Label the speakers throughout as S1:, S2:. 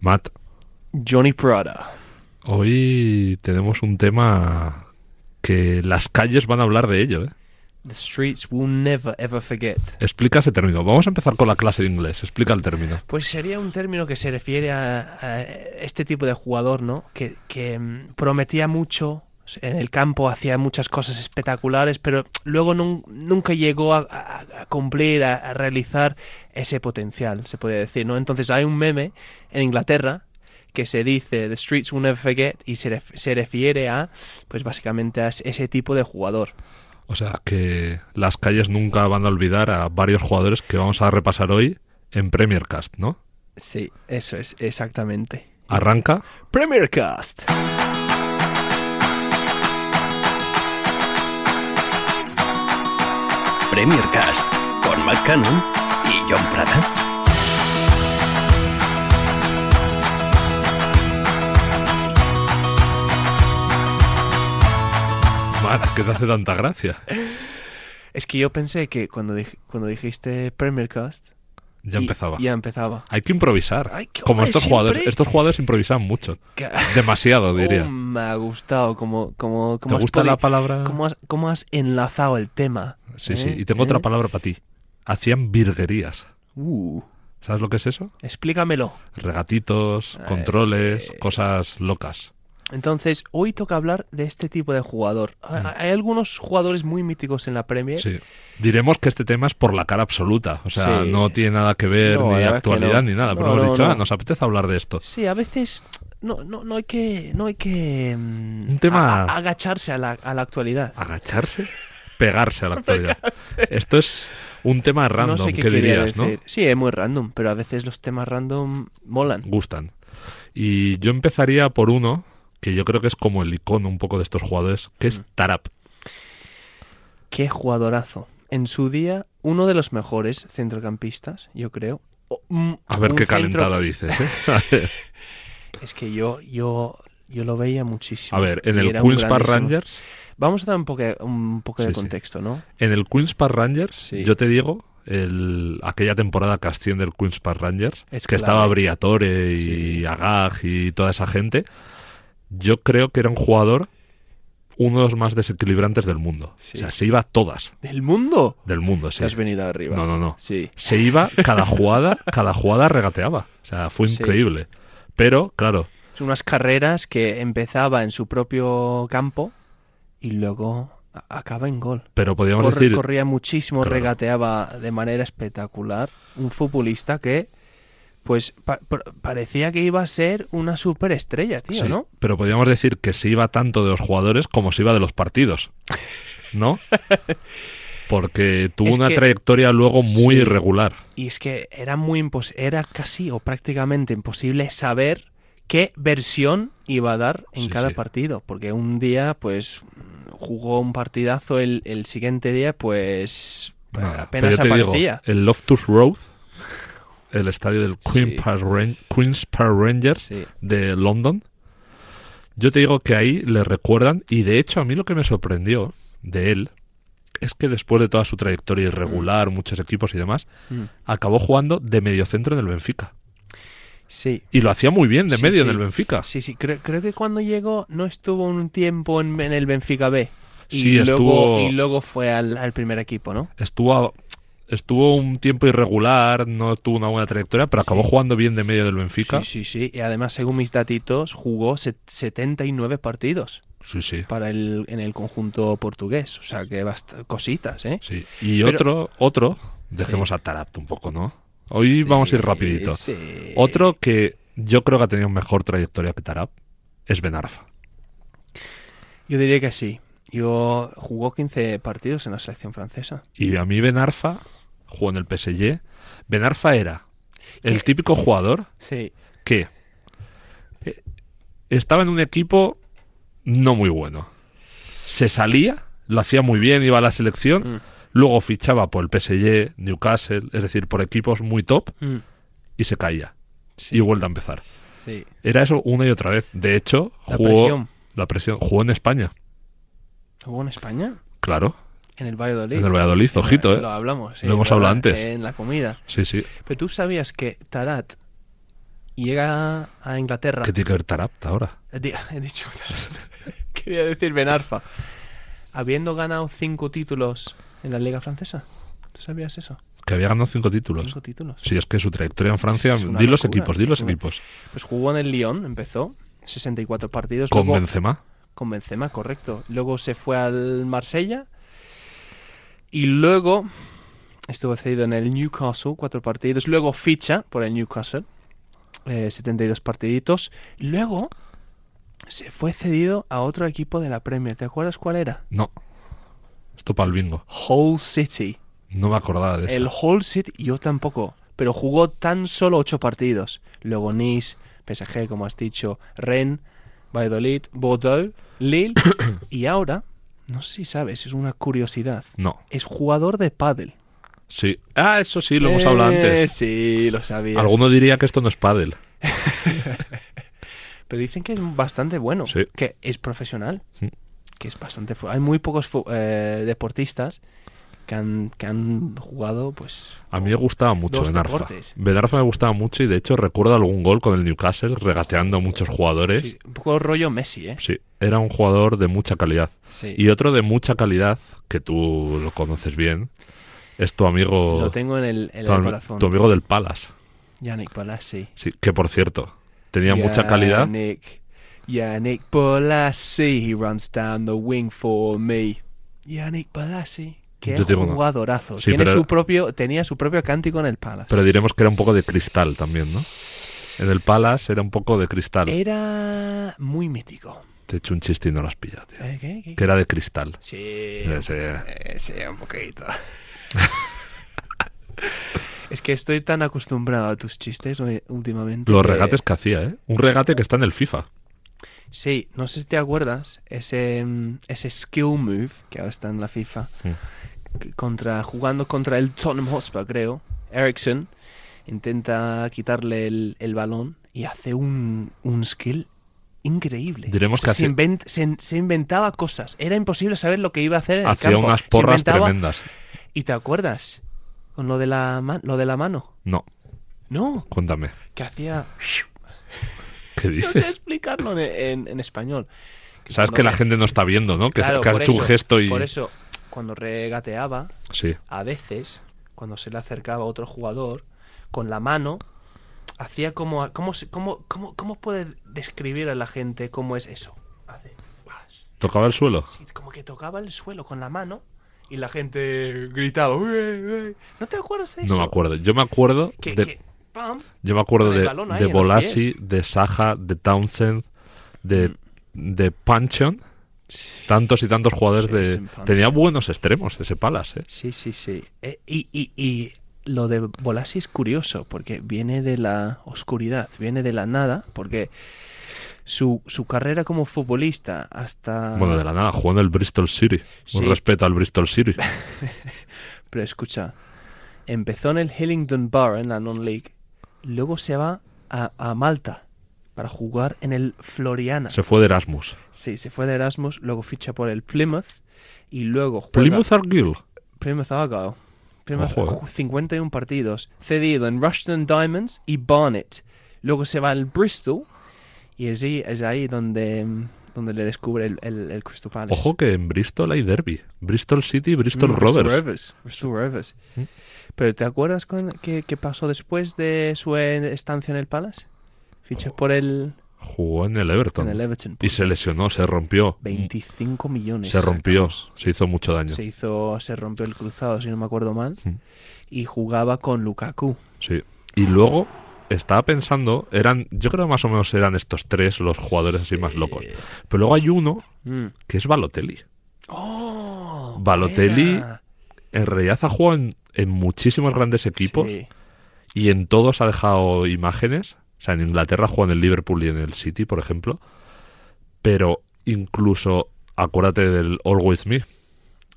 S1: Matt,
S2: Johnny Prada.
S1: hoy tenemos un tema que las calles van a hablar de ello. ¿eh?
S2: The streets will never ever forget.
S1: Explica ese término. Vamos a empezar con la clase de inglés. Explica el término.
S2: Pues sería un término que se refiere a, a este tipo de jugador, ¿no? Que, que, mm, prometía mucho en el campo, hacía muchas cosas espectaculares, pero luego nun- nunca llegó a, a- a cumplir, a, a realizar ese potencial, se podría decir, ¿no? Entonces hay un meme en Inglaterra que se dice The Streets Will Never Forget y se, ref- se refiere a, pues básicamente a ese tipo de jugador.
S1: O sea, que las calles nunca van a olvidar a varios jugadores que vamos a repasar hoy en Premier Cast, ¿no?
S2: Sí, eso es, exactamente.
S1: Arranca.
S2: Premier Cast.
S3: Premier Cast con Matt Cannon y John Prada.
S1: Matt, que te hace tanta gracia.
S2: Es que yo pensé que cuando, dij- cuando dijiste Premier Cast.
S1: Ya
S2: y-
S1: empezaba.
S2: Ya empezaba.
S1: Hay que improvisar.
S2: Ay, qué
S1: como
S2: hombre,
S1: estos
S2: siempre.
S1: jugadores. Estos jugadores improvisan mucho.
S2: Que-
S1: Demasiado,
S2: Oh,
S1: diría.
S2: me ha gustado. Como, como,
S1: ¿Te
S2: como has
S1: gusta la
S2: podi-
S1: palabra?
S2: Cómo has, cómo has enlazado el tema.
S1: Sí,
S2: ¿eh?
S1: sí. Y tengo
S2: ¿eh?
S1: otra palabra para ti. Hacían virguerías.
S2: Uh,
S1: ¿Sabes lo que es eso?
S2: explícamelo.
S1: Regatitos,
S2: Ah,
S1: controles,
S2: sí.
S1: cosas locas.
S2: Entonces, hoy toca hablar de este tipo de jugador. Ha- Hay algunos jugadores muy míticos en la Premier.
S1: Sí. Diremos que este tema es por la cara absoluta. O sea,
S2: Sí.
S1: no tiene nada que ver
S2: No, la
S1: ni
S2: verdad es que
S1: actualidad
S2: no.
S1: ni nada. Pero
S2: No,
S1: hemos
S2: no,
S1: dicho,
S2: no.
S1: ah, nos apetece hablar de esto.
S2: Sí, a veces no, no, no hay que. No hay que. Un
S1: tema-
S2: agacharse a la, a la actualidad.
S1: Agacharse, pegarse a la actualidad. Esto es un tema random.
S2: no sé qué,
S1: ¿Qué
S2: quería
S1: dirías, no?
S2: decir. Sí, es muy random, pero a veces los temas random molan.
S1: gustan. Y yo empezaría por uno que yo creo que es como el icono un poco de estos jugadores, que
S2: Mm.
S1: es Tarap.
S2: Qué jugadorazo. En su día, uno de los mejores centrocampistas, yo creo. O- mm,
S1: A ver
S2: un
S1: qué
S2: centro-
S1: calentada dices. ¿eh? A ver.
S2: Es que yo, yo, yo lo veía muchísimo.
S1: A ver, en
S2: Y
S1: el
S2: era un
S1: Queens Park
S2: grandísimo-
S1: Rangers,
S2: Vamos a dar un poco, un poco
S1: Sí,
S2: de
S1: sí.
S2: contexto, ¿no?
S1: en el Queens Park Rangers,
S2: Sí.
S1: yo te digo, el, aquella temporada que asciende el Queens Park Rangers,
S2: Es
S1: que
S2: clave.
S1: estaba Briatore y
S2: Sí.
S1: Agag y toda esa gente, yo creo que era un jugador uno de los más desequilibrantes del mundo.
S2: Sí.
S1: O sea, se iba a todas
S2: ¿Del mundo?
S1: del mundo. sí.
S2: Te has venido arriba.
S1: No, no, no.
S2: Sí.
S1: se iba cada jugada, cada jugada regateaba. O sea, fue
S2: Sí.
S1: increíble. Pero, claro,
S2: Son unas carreras que empezaba en su propio campo y luego a- acaba en gol.
S1: pero podríamos
S2: Corre-
S1: decir,
S2: corría muchísimo,
S1: Claro.
S2: regateaba de manera espectacular. Un futbolista que, pues, pa- pa- parecía que iba a ser una superestrella, tío,
S1: sí,
S2: ¿no?
S1: pero podríamos decir que se iba tanto de los jugadores como se iba de los partidos. ¿No? Porque tuvo
S2: Es
S1: una
S2: que-
S1: trayectoria luego muy
S2: Sí.
S1: irregular.
S2: Y es que era muy impos- era casi o prácticamente imposible saber qué versión iba a dar en
S1: Sí,
S2: cada
S1: sí.
S2: partido, porque un día, pues, jugó un partidazo, el, el siguiente día, pues,
S1: Nada. pero
S2: apenas
S1: yo te digo,
S2: aparecía.
S1: el Loftus Road, el estadio del Queen
S2: Sí.
S1: Park Ran- Queen's Park Rangers,
S2: Sí.
S1: de London. Yo te digo que ahí le recuerdan y de hecho a mí lo que me sorprendió de él es que después de toda su trayectoria irregular, muchos equipos y demás,
S2: Mm.
S1: acabó jugando de mediocentro en el Benfica.
S2: Sí.
S1: Y lo hacía muy bien de
S2: Sí,
S1: medio
S2: sí.
S1: en el Benfica.
S2: Sí, sí, creo, creo que cuando llegó no estuvo un tiempo en, en el Benfica B. Y
S1: Sí,
S2: luego,
S1: estuvo-
S2: Y luego fue al, al primer equipo, ¿no?
S1: Estuvo, a- estuvo un tiempo irregular, no tuvo una buena trayectoria, pero acabó jugando bien de medio del Benfica. Sí,
S2: Sí, sí, sí. Y además, según mis datitos, jugó set- 79 partidos
S1: sí. sí.
S2: para el, en el conjunto portugués. O sea, que bast- cositas, ¿eh?
S1: Y
S2: Pero-
S1: otro, otro, dejemos a Tarapt un poco, ¿no? Hoy vamos a ir rapidito.
S2: Sí.
S1: Otro que yo creo que ha tenido mejor trayectoria que Tarap es Benarfa.
S2: Yo diría que sí. Yo jugó 15 partidos en la selección francesa.
S1: Y a mí Benarfa jugó en el PSG. Benarfa era el
S2: ¿Qué?
S1: típico jugador
S2: Sí.
S1: que eh, estaba en un equipo no muy bueno. Se salía, lo hacía muy bien, iba a la selección,
S2: Mm,
S1: luego fichaba por el PSG, Newcastle, es decir, por equipos muy top
S2: mm,
S1: y se caía.
S2: Sí.
S1: Y vuelta a empezar.
S2: sí.
S1: Era eso una y otra vez. De hecho,
S2: La
S1: jugó
S2: presión.
S1: la presión, jugó en España,
S2: ¿Jugó en España?
S1: claro.
S2: En el Valladolid.
S1: En el Valladolid, ojito, ¿eh?
S2: Lo hablamos. sí,
S1: Lo hemos
S2: ¿verdad?
S1: hablado antes.
S2: En la comida.
S1: Sí, sí.
S2: Pero tú sabías que Tarat y llega a Inglaterra.
S1: ¿Qué tiene que ver Tarapta ahora?
S2: He di- he dicho. Quería decir Benarfa. Habiendo ganado cinco títulos en la Liga Francesa. ¿Tú sabías eso?
S1: Que había ganado cinco títulos.
S2: Cinco títulos.
S1: Si es que su trayectoria en Francia.
S2: Es
S1: Di
S2: una
S1: los
S2: locura,
S1: equipos, di los
S2: es una-
S1: equipos.
S2: Pues jugó en el Lyon, empezó. 64 partidos.
S1: Con
S2: luego-
S1: Benzema.
S2: Con Benzema, correcto. Luego se fue al Marsella. Y luego estuvo cedido en el Newcastle, cuatro partidos. Luego ficha por el Newcastle, eh, 72 partiditos. Luego se fue cedido a otro equipo de la Premier. ¿Te acuerdas cuál era?
S1: No. Esto para el bingo.
S2: Hull City.
S1: No me acordaba de eso.
S2: El Hull City, yo tampoco. Pero jugó tan solo ocho partidos. Luego Nice, PSG, como has dicho, Rennes, Valladolid, Bordeaux, Lille. y ahora, no sé si sabes, es una curiosidad.
S1: No.
S2: Es jugador de pádel.
S1: Sí. Ah, eso sí, lo hemos hablado
S2: Eh,
S1: antes.
S2: Sí, lo sabías.
S1: Alguno diría que esto no es pádel.
S2: Pero dicen que es bastante bueno.
S1: Sí. Mm.
S2: Que es profesional.
S1: Sí.
S2: Que es bastante... fu- Hay muy pocos fu- eh, deportistas que han, que han jugado, pues...
S1: A mí me gustaba mucho
S2: Dos
S1: Benarfa.
S2: deportes.
S1: Benarfa me gustaba mucho y de hecho recuerdo algún gol con el Newcastle regateando a muchos jugadores.
S2: sí, un poco rollo Messi, ¿eh?
S1: Sí, era un jugador de mucha calidad.
S2: Sí.
S1: Y otro de mucha calidad, que tú lo conoces bien, es tu amigo.
S2: Lo tengo en el, en el
S1: tu, am-
S2: corazón.
S1: tu amigo del Palace.
S2: Yannick Polasi.
S1: Sí, que por cierto, tenía mucha calidad.
S2: Yannick, Yannick Polasi. He runs down the wing for me. Yannick Polasi. Qué
S1: Yo te digo, no.
S2: jugadorazo.
S1: Sí,
S2: Tiene
S1: pero-
S2: su propio, tenía su propio cántico en el Palace.
S1: Pero diremos que era un poco de cristal también, ¿no? En el Palace era un poco de
S2: Eh,
S1: cristal.
S2: Era muy mítico.
S1: Te he hecho un chiste y no lo has pillado, tío.
S2: ¿Eh? ¿Qué? ¿Qué?
S1: Que era de cristal.
S2: Sí.
S1: Ese-
S2: eh, Sí, un poquito. es que estoy tan acostumbrado a tus chistes ú- últimamente.
S1: Los
S2: que-
S1: regates que hacía, ¿eh? Un regate que está en el FIFA.
S2: Sí, no sé si te acuerdas, ese, mm, ese skill move que ahora está en la FIFA,
S1: Sí.
S2: que contra, jugando contra el Tottenham Hotspur, creo, Ericsson intenta quitarle el, el balón y hace un, un skill increíble.
S1: Diremos que
S2: se,
S1: hace-
S2: invent- se, in- se inventaba cosas, era imposible saber lo que iba a hacer en el
S1: Hacía
S2: campo.
S1: unas
S2: Se
S1: porras
S2: inventaba-
S1: tremendas.
S2: ¿Y te acuerdas? Con lo de la, ma- lo de la mano.
S1: No,
S2: No,
S1: cuéntame.
S2: que hacía...
S1: ¿Qué
S2: No sé
S1: dices?
S2: explicarlo en, en- en español.
S1: Sabes
S2: cuando
S1: que la
S2: re-
S1: gente no está viendo, ¿no? Que,
S2: Claro,
S1: que has
S2: por
S1: hecho un
S2: eso-
S1: gesto y...
S2: Por eso, cuando regateaba,
S1: Sí.
S2: a veces, cuando se le acercaba a otro jugador, con la mano, hacía como... ¿Cómo, se- cómo, cómo, cómo puede describir a la gente cómo es eso? Hace... guas,
S1: Tocaba el suelo.
S2: sí, como que tocaba el suelo con la mano y la gente gritaba... "Ué, ué". ¿No te acuerdas de eso?
S1: No me acuerdo. Yo me acuerdo
S2: Que,
S1: de,
S2: que, pam,
S1: yo me acuerdo
S2: con el
S1: de,
S2: balón ahí
S1: de
S2: en los
S1: Bolasi, de Saja, de Townsend, de,
S2: Mm.
S1: de Panchon. Tantos y tantos jugadores de...
S2: Jason Panchon.
S1: Tenía buenos extremos ese Palace, ¿eh?
S2: Sí, sí, sí. Eh, y, y- y lo de Bolasi es curioso, porque viene de la oscuridad, viene de la nada, porque su, su carrera como futbolista hasta...
S1: Bueno, de la nada, jugando el Bristol City.
S2: Sí.
S1: Un respeto al Bristol City.
S2: Pero escucha, empezó en el Hillingdon Bar en la Non-League, luego se va a, a Malta para jugar en el Floriana.
S1: Se fue de Erasmus.
S2: Sí, se fue de Erasmus, luego ficha por el Plymouth y luego juega...
S1: Plymouth Argyle.
S2: Plymouth Argyle. Plymouth
S1: Ojo, eh.
S2: ju- 51 partidos. Cedido en Rushton Diamonds y Barnet. Luego se va al Bristol. Y es ahí, es ahí donde, mm, donde le descubre el, el, el Crystal Palace.
S1: Ojo que en Bristol hay derby. Bristol City, Bristol
S2: Mm,
S1: Rovers.
S2: Bristol Rovers. Bristol Rovers.
S1: Mm.
S2: Pero ¿te acuerdas con, qué, qué pasó después de su eh, estancia en el Palace? Ficha por el,
S1: Jugó en el Everton.
S2: en el Everton.
S1: Y se lesionó, se rompió.
S2: 25 millones.
S1: Se rompió,
S2: sacamos.
S1: se hizo mucho daño.
S2: Se
S1: Sí.
S2: hizo, se rompió el cruzado, si no me acuerdo mal.
S1: Mm.
S2: Y jugaba con Lukaku.
S1: Y luego estaba pensando, eran, yo creo más o menos eran estos tres los jugadores así más locos. Pero luego hay uno
S2: Mm.
S1: que es Balotelli.
S2: ¡Oh!
S1: Balotelli
S2: buena.
S1: En realidad ha jugado en, en muchísimos grandes equipos
S2: Sí.
S1: y en todos ha dejado imágenes. O sea, en Inglaterra juega en el Liverpool y en el City, por ejemplo. Pero incluso, acuérdate del Always Me,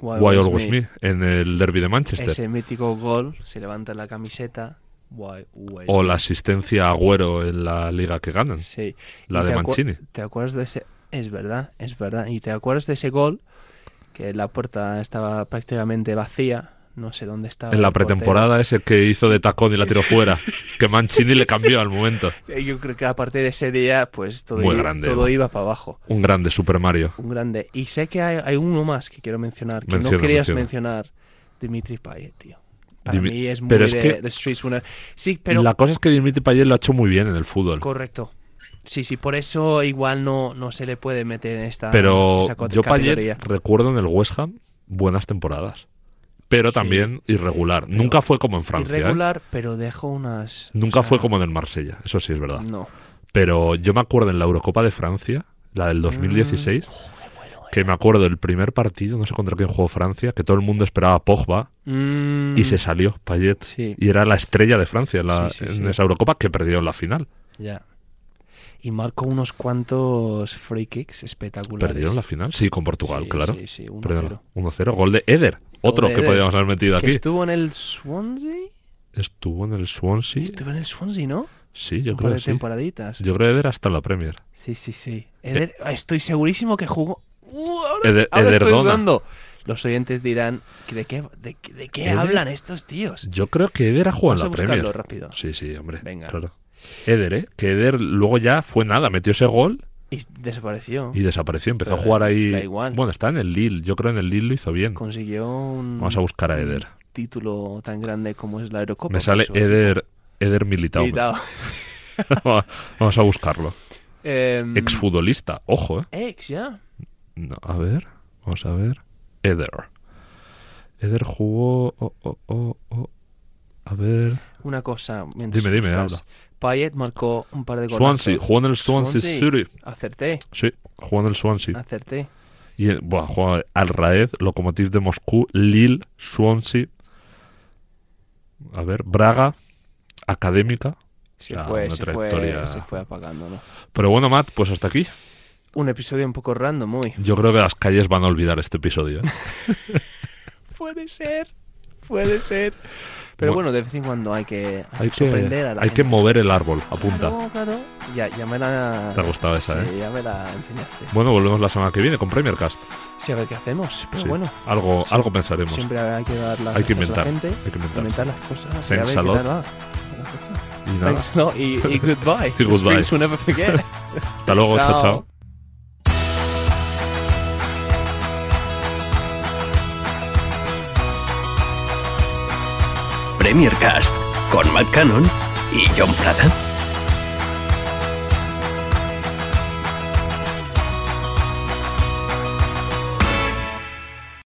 S2: Why
S1: Why
S2: always
S1: Always
S2: me?
S1: Me, Este. en el derby de Manchester.
S2: Ese mítico gol, se levanta la camiseta. Why always
S1: O
S2: me?
S1: la asistencia a Agüero en la liga que ganan.
S2: Sí.
S1: la
S2: Y
S1: de
S2: te acu-
S1: Mancini.
S2: ¿Te acuerdas de ese? Es verdad, es verdad. ¿Y te acuerdas de ese gol? Que la puerta estaba prácticamente vacía. No sé dónde estaba.
S1: En la
S2: el portero.
S1: pretemporada ese que hizo de tacón y la tiró fuera, que Mancini le cambió al momento.
S2: Eh, Yo creo que aparte de ese día, pues todo,
S1: Muy
S2: i-
S1: grande,
S2: todo
S1: ¿no?
S2: iba para abajo.
S1: Un grande Super Mario.
S2: Un grande. Y sé que hay, hay uno más que quiero mencionar, que
S1: Menciona,
S2: no querías
S1: menciona.
S2: mencionar. Dimitri Payet, tío. Para
S1: Dimi-
S2: mí es muy
S1: pero es
S2: de,
S1: que-
S2: de Streets Winner. Sí, pero
S1: la cosa es que Dimitri Payet lo ha hecho muy bien en el fútbol.
S2: correcto. Sí, sí, por eso igual no, no se le puede meter en esta
S1: Pero
S2: esa cate-
S1: yo Payet
S2: categoría.
S1: recuerdo en el West Ham buenas temporadas. Pero
S2: Sí.
S1: también irregular. Nunca fue como en Francia. ¿eh?
S2: Irregular, pero dejo unas. o
S1: Nunca
S2: sea, Mm.
S1: fue como en el Marsella, eso sí es verdad.
S2: No.
S1: Pero yo me acuerdo en la Eurocopa de Francia, la
S2: Mm.
S1: del 2016, que me acuerdo el primer partido, no sé contra quién jugó Francia, que todo el mundo esperaba a Pogba
S2: Mm,
S1: y se salió Payet.
S2: Sí.
S1: Y era la estrella de Francia en, la-
S2: Sí, sí,
S1: en
S2: sí.
S1: esa Eurocopa que perdió en la final.
S2: Ya. Y marcó unos cuantos free kicks espectaculares.
S1: ¿Perdieron la final? Sí, con Portugal,
S2: Sí,
S1: claro.
S2: sí, sí, 1-0.
S1: Perdieron 1-0. Gol de Eder, otro
S2: de
S1: que
S2: Eder,
S1: podíamos haber metido
S2: Que
S1: aquí.
S2: estuvo en el Swansea.
S1: Estuvo en el Swansea.
S2: Estuvo en el Swansea, ¿no?
S1: Sí, yo
S2: Un
S1: creo
S2: par
S1: que
S2: de
S1: sí.
S2: temporaditas.
S1: Yo creo que Eder hasta la Premier.
S2: Sí, sí, sí. Eder- estoy segurísimo que jugó. ¡Uh! ahora
S1: Eh. Eder-
S2: ahora estoy
S1: Ederdona.
S2: dudando. Los oyentes dirán, ¿de qué, de, qué- de qué
S1: Eder-
S2: hablan estos tíos?
S1: Yo creo que Eder ha jugado
S2: Vamos
S1: en
S2: a
S1: la
S2: buscarlo
S1: Premier.
S2: rápido.
S1: Sí, sí, hombre.
S2: Venga.
S1: Claro. Eder, ¿eh? Que Eder luego ya fue nada, metió ese gol
S2: Y desapareció.
S1: y desapareció. Empezó
S2: Pero
S1: a jugar ahí.
S2: da igual.
S1: Bueno, está en el Lille. Yo creo que en el Lille lo hizo bien.
S2: Consiguió un.
S1: Vamos a buscar a
S2: un
S1: Eder.
S2: Título tan grande como es la Eurocopa.
S1: Me sale
S2: por eso-
S1: Eder, Eder Militao.
S2: Militao.
S1: Vamos a buscarlo.
S2: Em,
S1: Exfutbolista, ojo, ¿eh?
S2: Ex, ya.
S1: No, a ver, vamos a ver. Eder. Eder jugó. oh, oh, oh, oh. A ver.
S2: Una cosa. Mientras
S1: Dime, dime,
S2: buscas.
S1: habla.
S2: Payet marcó un par de goles.
S1: Swansea, jugó en el Swansea, City.
S2: Acerté,
S1: Sí, jugó en el Swansea.
S2: acerté.
S1: Y eh, buah, jugó al Raed, Lokomotiv de Moscú, Lille, Swansea. A ver, Braga, Académica.
S2: Se,
S1: Ah,
S2: fue,
S1: una
S2: se, fue,
S1: trayectoria.
S2: se fue apagando, ¿no?
S1: Pero bueno, Matt, pues hasta aquí.
S2: Un episodio un poco random muy
S1: Yo creo que las calles van a olvidar este episodio. ¿eh?
S2: Puede ser, puede ser. Pero
S1: Bueno.
S2: bueno, de vez en cuando hay que, hay
S1: Hay
S2: que
S1: que,
S2: sorprender a la
S1: hay que
S2: gente.
S1: mover el árbol, apunta.
S2: Claro, claro. Ya, ya me la...
S1: Te ha gustado esa,
S2: sí,
S1: ¿eh?
S2: ya me la enseñaste.
S1: Bueno, volvemos la semana que viene con Premier Cast.
S2: Sí, a ver qué hacemos. Pero
S1: Sí,
S2: bueno,
S1: algo, algo pensaremos.
S2: siempre hay que dar las
S1: Hay que
S2: gracias
S1: inventar,
S2: a la gente.
S1: hay que inventar.
S2: las cosas.
S1: Thanks
S2: y a
S1: a
S2: ver
S1: lot.
S2: qué tal va.
S1: Y nada,
S2: Thanks a lot y, y goodbye.
S1: Y goodbye.
S2: The streets will never forget.
S1: hasta luego, chao,
S2: Chao.
S1: chao.
S3: Premier Cast con Matt Cannon y John Prada.